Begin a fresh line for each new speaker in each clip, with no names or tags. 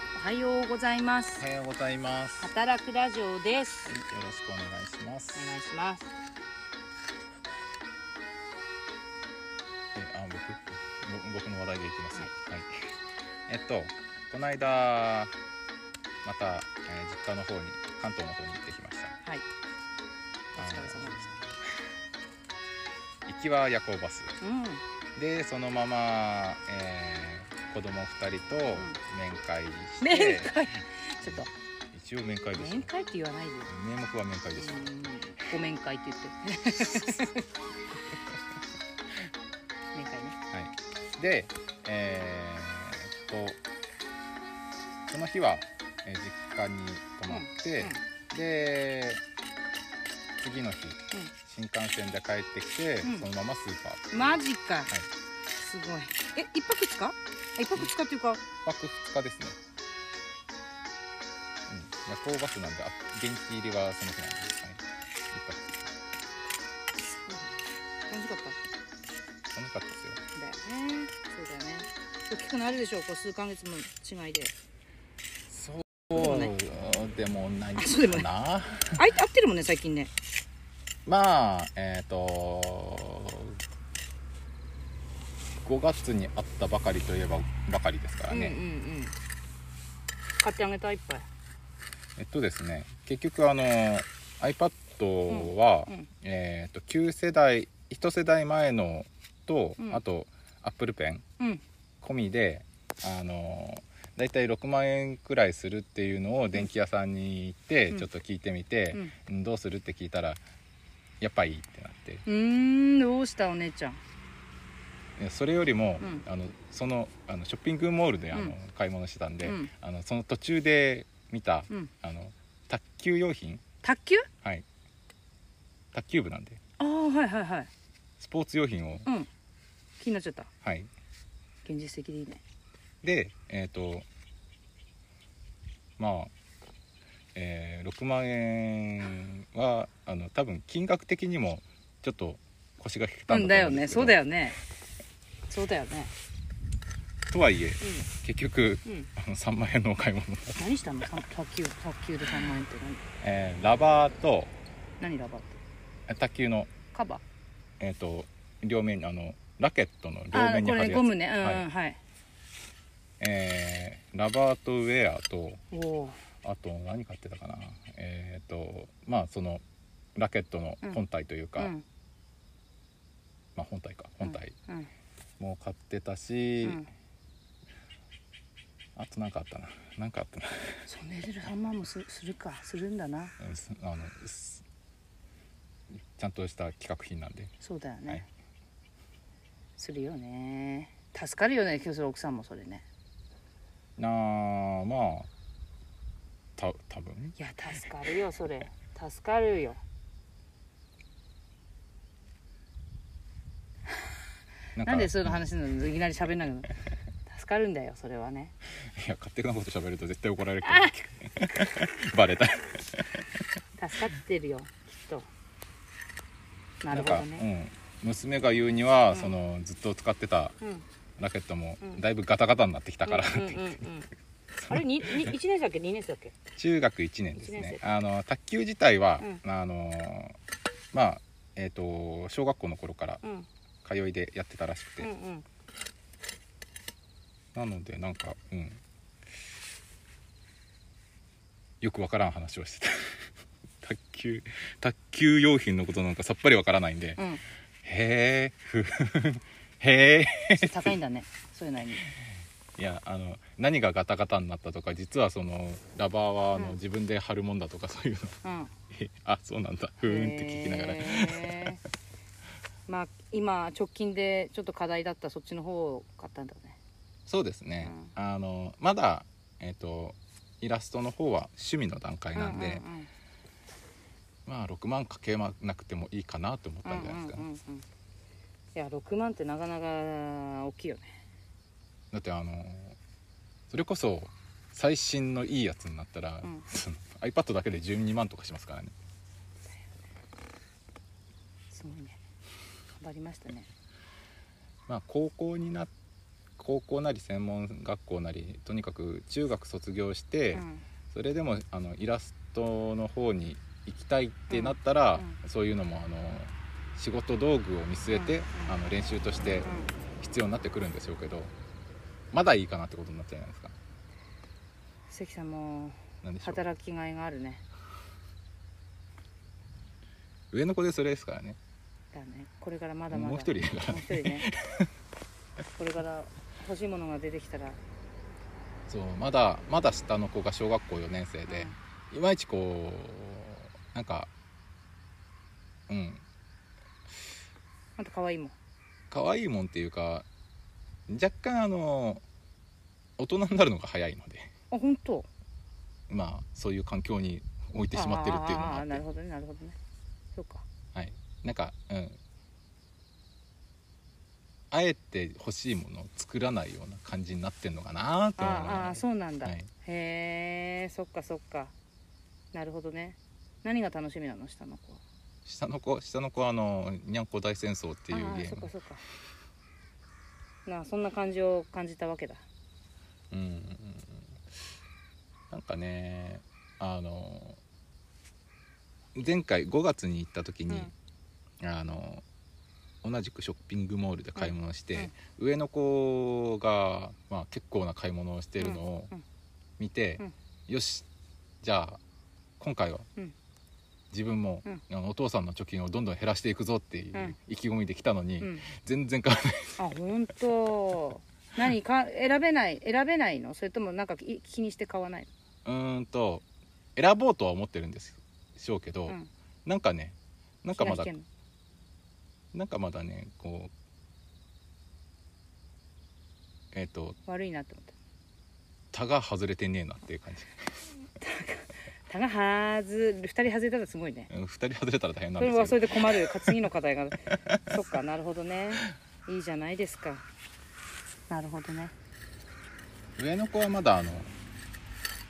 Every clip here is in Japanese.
うございます
おはようございます。はい、よ
働くラジオです
ろしくお願いします。
お願いします
えあ僕ぼ僕の話題でいきます、はいえっとこの間また、えー実家の方に関東の方に行ってきました
はいお
あの
疲れ様でし
行きは夜行バス
たうん
でそのまま、えー子供2人と面会して、
面会ちょっと
一応面会ですよ
面会って言わないでよ
名目は面会ですよ、
うんご面会って言って面会ね
はいでえーっとその日は、えー実家に泊まって、
うんうん
で次の日、新幹線で帰ってきて、
うん
そのままスーパー
マジか、
い
すごいえ一泊二日あ一泊二日っていうか
1泊2日ですね、うん、夜行バスなんであ現地入りはその日なんですはい1泊
楽しかった
寒かったですよ
んだよねそうだよね大きくなるでしょうこう数ヶ月の違いで
そうでもない
あそうでも
かな
あい合ってるもんね最近ね
まあえっ、と5月に会ったばかりといえばばかりですから
うんうん
ね、
うん買ってあげたいっぱい
えっとですね結局あの iPad は、
うんうん
えっと旧世代1世代前のと、
うん
あと Apple ペン
うん
込みであのだいたい6万円くらいするっていうのを電気屋さんに行って
うん
ちょっと聞いてみて
うん、
うんどうするって聞いたらやっぱいいってなって
うーんどうしたお姉ちゃん
いやそれよりも、
うん
あのそのあのショッピングモールであの、
うん
買い物してたんで、
うん
あのその途中で見た、
うん
あの卓球用品
卓球
はい卓球部なんで
ああはいはいはい
スポーツ用品を、
うん気になっちゃった
はい
現実的でいいね
でえっ、とまあえー6万円はあの多分金額的にもちょっと腰が引けた
うんんだ
だ
よ
と思うんで
ね
すけど、
そうだよねそうだよね
とはいえ結局
うんうん
あの3万円のお買い物、
何したのさん卓球卓球で3万円って
えーラバーと
何何ラバーって
え卓球の
カバー
えっ、と両面あのラケットの両
あ
面
ー
に
こ
貼る
れ
やつ
ゴムねうん
は
うん
い
はい
えーラバーとウェアと
おお
あと何買ってたかなえっ、とまあそのラケットの本体という
ー
か、
うん
まあ本体か本体
うん
も買ってたし、
うん
あと何かあったな 何かあった
それで3万もすするかするんだな
なうんすあのすちゃんとした企画品なんで
そうだよね、
はい
するよね助かるよね今日それ奥さんもそれね
なあまあた多分
いや助かるよそれ助かるよ
なんか
なんでそういうの話なのいきなり喋んなくなる助かるんだよそれはね
いや勝手なこと喋ると絶対怒られるから バレた
助かってるよきっとなる
ん
ほ
か
どね
うん、娘が言うには、
うん
そのずっと使ってた
うん
ラケットも
うん
だいぶガタガタになってきたから、
うんうんうんうんあれにに一年生だっけ二年生だっけ
中学1年です
一年
ね
生
あの卓球自体は、
う
あのまあえっ、と小学校の頃から
うん
通いでやってたらしく
う
て、
んうん
なのでなんかうんよくわからん話をしてた 卓球卓球用品のことなんかさっぱりわからないんで、
うん
へえふふふへえ
高いんだねそういうのに
いやあの何がガタガタになったとか実はそのラバーはあの、
うん
自分で貼るもんだとかそういうの
うん
え あそうなんだふーんって聞きながら、
へーまあ今直近でちょっと課題だったそっちの方を買ったんだよね
そうですね、あのまだえっ、とイラストの方は趣味の段階なん
う
で、
うん
まあ6万かけまなくてもいいかなと思ったんじゃないですかね、
うんうんうんうんいや6万ってなかなか大きいよね
だってあのそれこそ最新のいいやつになったら、
うん
その iPad だけで12万とかしますからね
すごいね頑張りましたね
まあ高校にな高校なり専門学校なりとにかく中学卒業して、
うん
それでもあのイラストの方に行きたいってなったら、
うん
そういうのもあの仕事道具を見据えて、
うん
あの練習として必要になってくるんでしょうけどまだいいかなってことになっちゃうじゃないですか。
関さんも
なんでしょう
働きがいがあるね
上の子でそれですからね
だねこれからまだまだ
もう一人いるから
もう一人ねこれから欲しいものが出てきたら
そうまだまだ下の子が小学校4年生で、いまいちこうなんかうん
あんた可愛いもん
可愛いもんっていうか若干あの大人になるのが早いので
あ本当
まあそういう環境に置いてしまってるっていうの
あ
が
ー
あ
あー
っ
な
て
るほどねなるほどねそうか
はいなんかうんあえて欲しいものを作らないような感じになってんのかなと
あ
思い
ーあー
ます
そうなんだ、
はい
へえそっかそっかなるほどね何が楽しみなの下の子は
下の子下の子はあの「にゃんこ大戦争」っていう
あ
ゲ
あそ
ー
っか
ム
そっかなあそんな感じを感じたわけだ
うんうんうんなんかねあの前回5月に行った時に、あの同じくショッピングモールで買い物して、上の子が、まあ、結構な買い物をしてるのを
うんうん
見て、
うん
よしじゃあ今回は、
うん
自分も、
うん
あのお父さんの貯金をどんどん減らしていくぞってい
うん
う意気込みで来たのに、
うん
全然変わらない
あ本当何か選べない選べないのそれともなんかき気にして買わない
うーんと選ぼうとは思ってるんですでしょうけど、
の、うん、
なんかねなんかまだ
気が引けんの
なんかまだねこうえっ、と
悪いなって思った
他が外れてねえなっていう感じ
たがはず2人外れたらすごいね
2人外れたら大変な
そ
んで
れ
すけど
はそれで困るよ次の課題がそっかなるほどねいいじゃないですかなるほどね
上の子はまだあの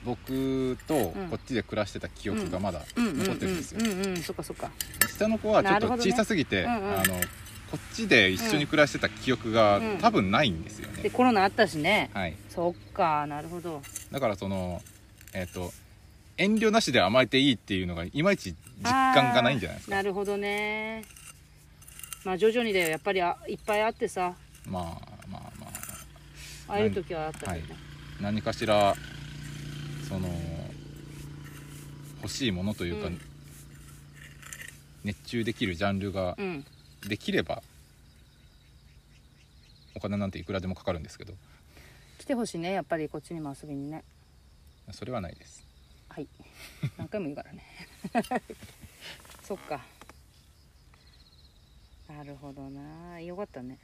僕と
ん
こっちで暮らしてた記憶がまだ
うんうんうん
残ってるんですよ、
うんうんそっかそっか
下の子はち
な
ょっ
る
と
ほどね
小さすぎて、
うんうん
あのこっちで一緒に暮らしてた記憶が
うん
多分ないんですよね、
でコロナあったしね
はい、
そっかなるほど
だからそのえっ、と遠慮なしで甘えていいっていうのがいまいち実感がないんじゃないで
あ
す
ー
か
なるほどねまあ徐々にだよやっぱりあいっぱいあってさ
まあまあまあ
会える時はあったけどね、
何かしらその欲しいものというか、
うん
熱中できるジャンルが
うん
できればお金なんていくらでもかかるんですけど
来てほしいねやっぱりこっちにも遊びにね
それはないです
はい何回も言うからねそっかなるほどなよかったね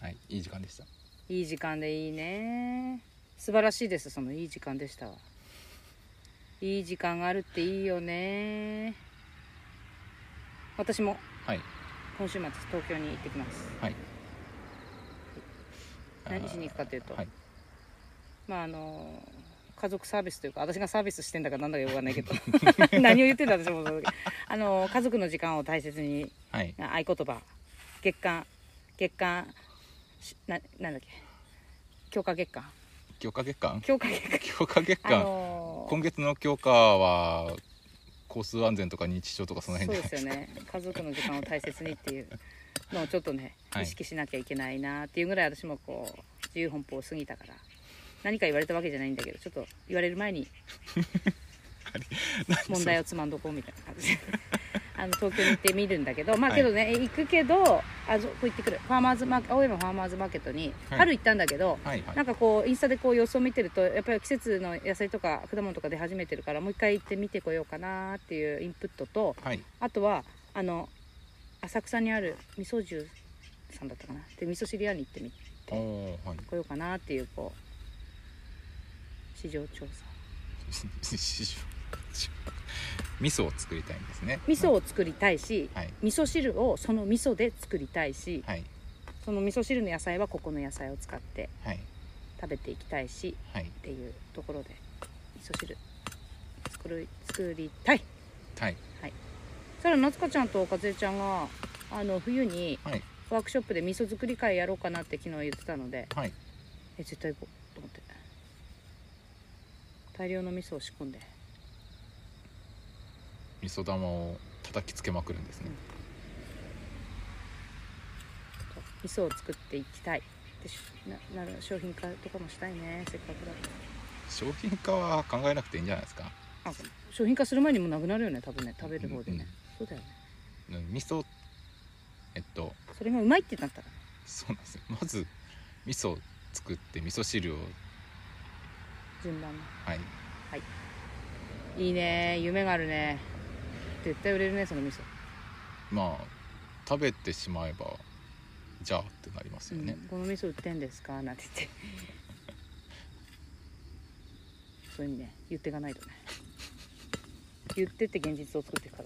はいいい時間でした
いい時間でいいね素晴らしいですそのいい時間でしたわいい時間があるっていいよね私も
はい
今週末東京に行ってきます
はい
何しに行くかというと
はい
まああの家族サービスというか私がサービスしてんだかなんだかよくわかんないけど 何を言ってんだ私もその時あの家族の時間を大切に
はい
合言葉月間月間しななんだっけ強化月間
強化月間
強化月間
強化月
あ
間、
の
今月の強化は交通安全とか認知症とかその
そう
辺
で
です
よね家族の時間を大切にっていうのをちょっとね、
はい
意識しなきゃいけないなっていうぐらい私もこう自由奔放過ぎたから何か言われたわけじゃないんだけどちょっと言われる前に問 題をつまんどこうみたいな感じであの東京に行ってみるんだけどまあ
はい
けどね、行くけどあそこ行ってくるファーマーズマーケ青山ファーマーズマーケットに
はい
春行ったんだけど、
はいはい
なんかこうインスタでこう様子を見てるとやっぱり季節の野菜とか果物とか出始めてるからもう一回行って見てこようかなっていうインプットと
はい
あとはあの浅草にある味噌汁さんだったかなで味噌汁屋に行ってみて
おーはい
こようかなっていうこう市場調査
味噌を作りたいんですね
味噌を作りたいし、
はい
味噌汁をその味噌で作りたいし、
はい
その味噌汁の野菜はここの野菜を使って
はい
食べていきたいし
はい
っていうところで味噌汁作る作りたい
はい
そしたら夏香ちゃんと和江ちゃんがあの冬に
はい
ワークショップで味噌作り会やろうかなって昨日言ってたので
はい
え絶対行こうと思って大量の味噌を仕込んで
味噌玉を叩きつけまくるんですね、
味噌を作っていきたいでしななる商品化とかもしたいねせっかくだか
商品化は考えなくていいんじゃないですから
あ商品化する前にもうなくなるよね多分ね食べる方でね、そうだよね
うん味噌えっと
それがうまいってなったら
そうなんですよまず味噌を作って味噌汁を
順番
はい
いいね夢があるね絶対売れるねその味噌
まあ食べてしまえばじゃあってなりますよね
う、ん、この味噌売ってんですかなんて言ってそういうふうにね言っていかないとね言ってって現実を作っていくか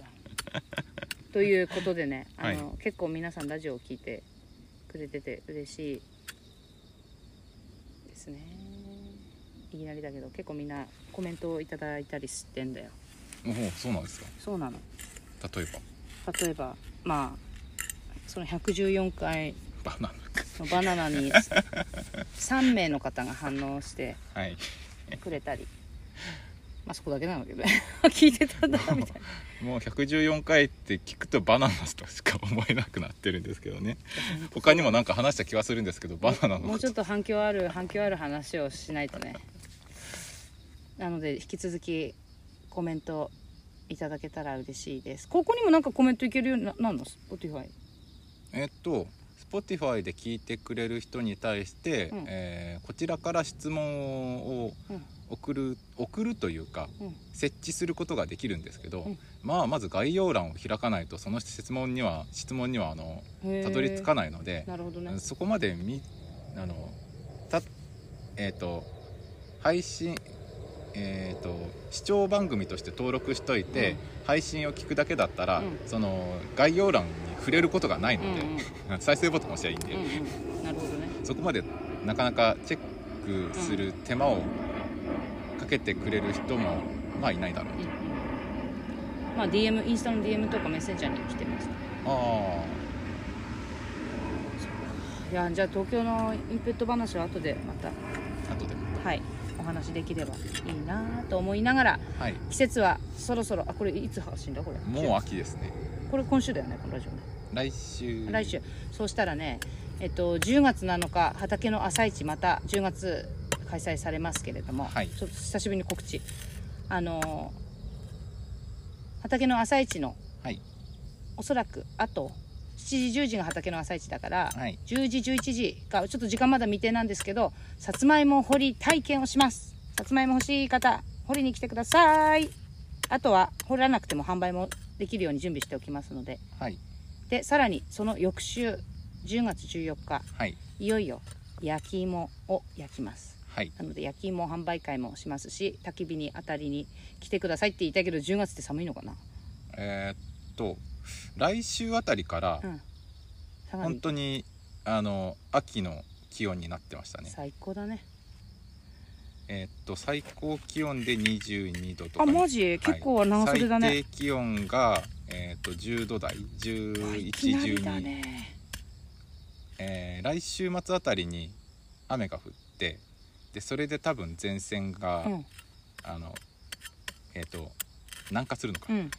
らということで ねあの、結構皆さんラジオを聞いてくれてて嬉しいですねいきなりだけど結構みんなコメントをいただいたりしてんだよ
おおそうなんですか
そうなの
例えば
例えばまあその114回
バナ
のバナナに3名の方が反応して
ナはい
くれたりまあそこだけなんだけどね 聞いてたんだみたいな
もう114回って聞くとバナナとしか思えなくなってるんですけ どね他にもなんか話した気はするんですけどバナナの
も
こ
うち
と
ょっと反響ある反響ある話をしないとねなので引き続きコメントいただけたら嬉しいですここにもなんかコメントいけるようにななんの Spotify
えっと Spotify で聞いてくれる人に対して、
うん
えーこちらから質問を
うん
送る送るというか
うん
設置することができるんですけど、
うん
まあまず概要欄を開かないとその質問には質問にはあの
へー
たどり着かないので、
なるほどね
そこまでみあのたえっ、と配信えっ、と視聴番組として登録しといて、
うん
配信を聞くだけだったら、
うん
その概要欄に触れることがない
うん
の
うん
で、再生ボタン押しゃいいんで、
うんうんなるほどね
そこまでなかなかチェックする手間をかけてくれる人もまあいないだろう
うんうんまあ DM インスタの DM とかメッセンジャーに来てます
あ
いやじゃあ東京のインプット話は後でまた
あ後で
はいお話しできればいいなと思いながら
はい
季節はそろそろあこれいつ発信だこれ
もう秋ですね
これ今週だよねこのラジオね、
来週
来週そうしたらねえっと10月7日畑の朝市また10月開催されますけれども、
はい
ちょっと久しぶりに告知あのー畑の朝市の
はい
おそらくあと7時10時が畑の朝市だから、
はい
10時11時がちょっと時間まだ未定なんですけどさつまいも掘り体験をしますさつまいも欲しい方掘りに来てくださいあとは掘らなくても販売もできるように準備しておきますので
はい
でさらにその翌週10月14日
はい
いよいよ焼き芋を焼きます
はい
なので焼き芋販売会もしますし焚き火に当たりに来てくださいって言いたいけど10月って寒いのかな
えーっと来週あたりから
うん相模
本当にあの秋の気温になってましたね
最高だね
えーっと最高気温で22度とか
あ
に
マジ結構長袖だ
はい
ね、
最低気温がえーっと10度台
あい、きなりだ
1112、
ね
えー来週末あたりに雨が降ってでそれで多分前線が、
うん
あのえーっと南下するのか
うん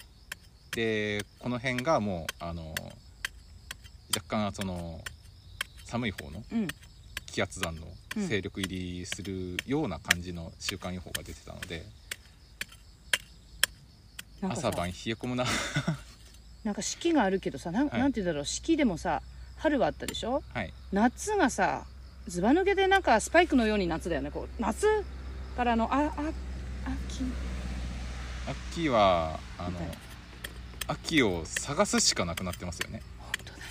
でこの辺がもうあの若干その寒い方の
うん
気圧山の勢力入りするような感じの週間予報が出てたので、
なんかさ
朝晩冷え込むな
なんか四季があるけどさなん,、
はい
なんて言うんだろう四季でもさ春はあったでしょ
はい
夏がさずば抜けてなんかスパイクのように夏だよねこう夏からのああ秋
秋はあの
はい
秋を探すしかなくなってますよね
本当だね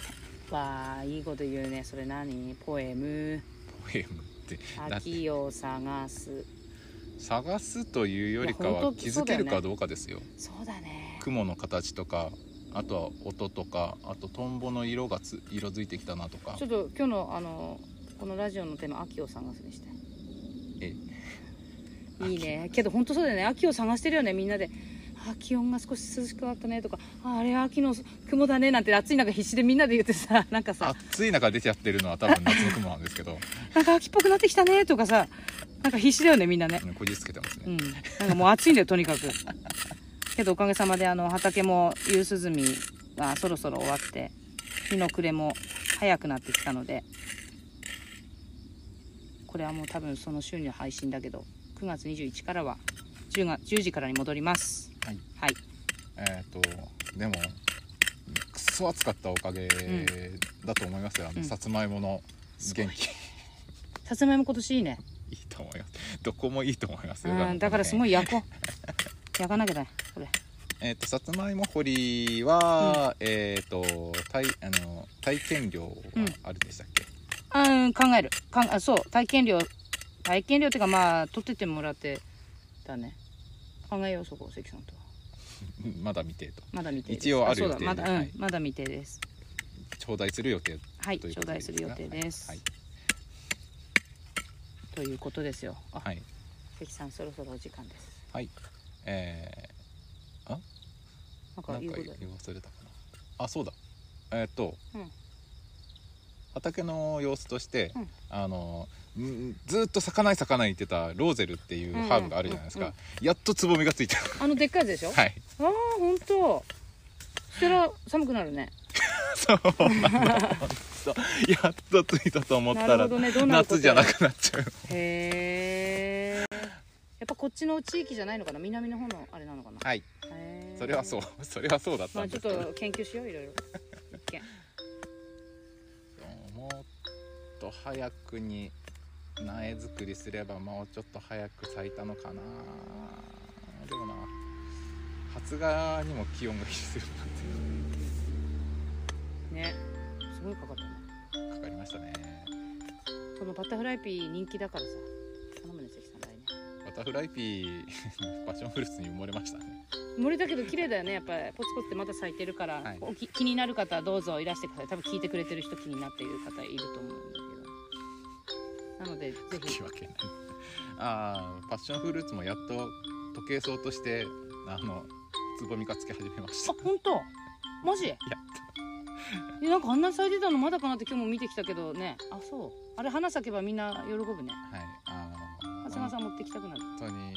わあいいこと言うねそれ何ポエム
ポエムってだって
秋を探す
探すというよりか
いや
は
本当
気づける
そうだよ
か
ね
どうかですよ
そうだね
雲の形とかあとは音とかあとトンボの色がつ色づいてきたなとか
ちょっと今日のあのこのラジオのテーマ秋を探すにして
え
いいねけど本当そうだよね秋を探してるよねみんなであ気温が少し涼しくなったねとかああれ秋の雲だねなんて暑い中必死でみんなで言ってさなんかさ
暑い中出ちゃってるのは多分夏の雲なんですけど
なんか秋っぽくなってきたねとかさなんか必死だよねみんなね
うんこじつけてます
う
ね、
んなんかもう暑いんだよとにかく けどおかげさまであの畑も夕涼みがそろそろ終わって日の暮れも早くなってきたのでこれはもう多分その週には配信だけど9月21日からは 10, が10時からに戻ります
はい、
はい
えっ、とでもくっそ暑かったおかげだと思いますよ、あ
う
の
ん
さつまいもの元気
さつまいも今年いいね
いいと思いますどこもいいと思いますよ
うんだからすご
い
い焼こう焼かなきゃだこれ
えっ、とさつまいも掘りは、えっ、と体あの体験料はあるでしたっけ、
うん考えるかんあそう体験料体験料っていうかまあ取ってってもらってだね考えようそこ関さんとは
うんまだ未定と
まだ未定です
一応ある
そうだ
予定で
まだうん、
はい
まだ未定です
頂戴する予定
はい
という
頂
ことで
戴する予定です、
はい
ということですよあ、
はい
関さんそろそろお時間です
はいえ
なん
ー、
か
なん
言う
か
こ
言
と
い忘れたかなあそうだえっ、と
うん
畑の様子として、
うん
あのんずっと咲かない咲かないって言ってたローゼルっていうハーブがあるじゃないです
う
か、
んうん
やっとつぼみがついた
あのでっかいやつでしょ、
はい
ああ本当そしたら寒くなるね
そうなんだほんとやっとついたと思った
な
ら、
るほどねどうなること
夏じゃなくなっちゃう
へえやっぱこっちの地域じゃないのかな南の方のあれなのかな
はい
へー
それはそうそれはそうだった
まあ
ん
ち
で
ょっ
すけど、
と研究しよういろいろ一見
もっと早くに苗作りすればもうちょっと早く咲いたのかなでもな発芽にも気温が必
ねすごいかかったね
要なんてかかりましたね
このバタフライピー人気だからさ頼むね関さん来年
バタフライピーパッションフルー ツに埋もれましたね
森だけど綺麗だよねやっぱりポツポツってまだ咲いてるから、
はい
おき気になる方はどうぞいらしてください多分聞いてくれてる人気になっている方いると思うんだけどなのでぜ
聞
ひ
き分けないああパッションフルーツもやっと時計草としてあのつぼみがつけ始めました
あ本当マジ
や
えなんかあんなに咲いてたのまだかなって今日も見てきたけどねあそうあれ花咲けばみんな喜ぶね
はいあ
長谷川
の
さん持ってきたくなる
本当に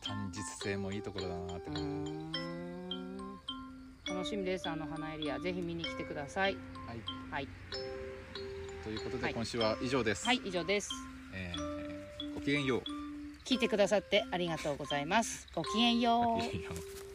単日性もいいところだなって
う
感じ、
ーん楽しみですあの花エリアぜひ見に来てください
はい
はい
ということで、
はい
今週は以上です、
はい以上です
えーごきげんよう
聞いてくださってありがとうございますごきげんよう
ごきげんよう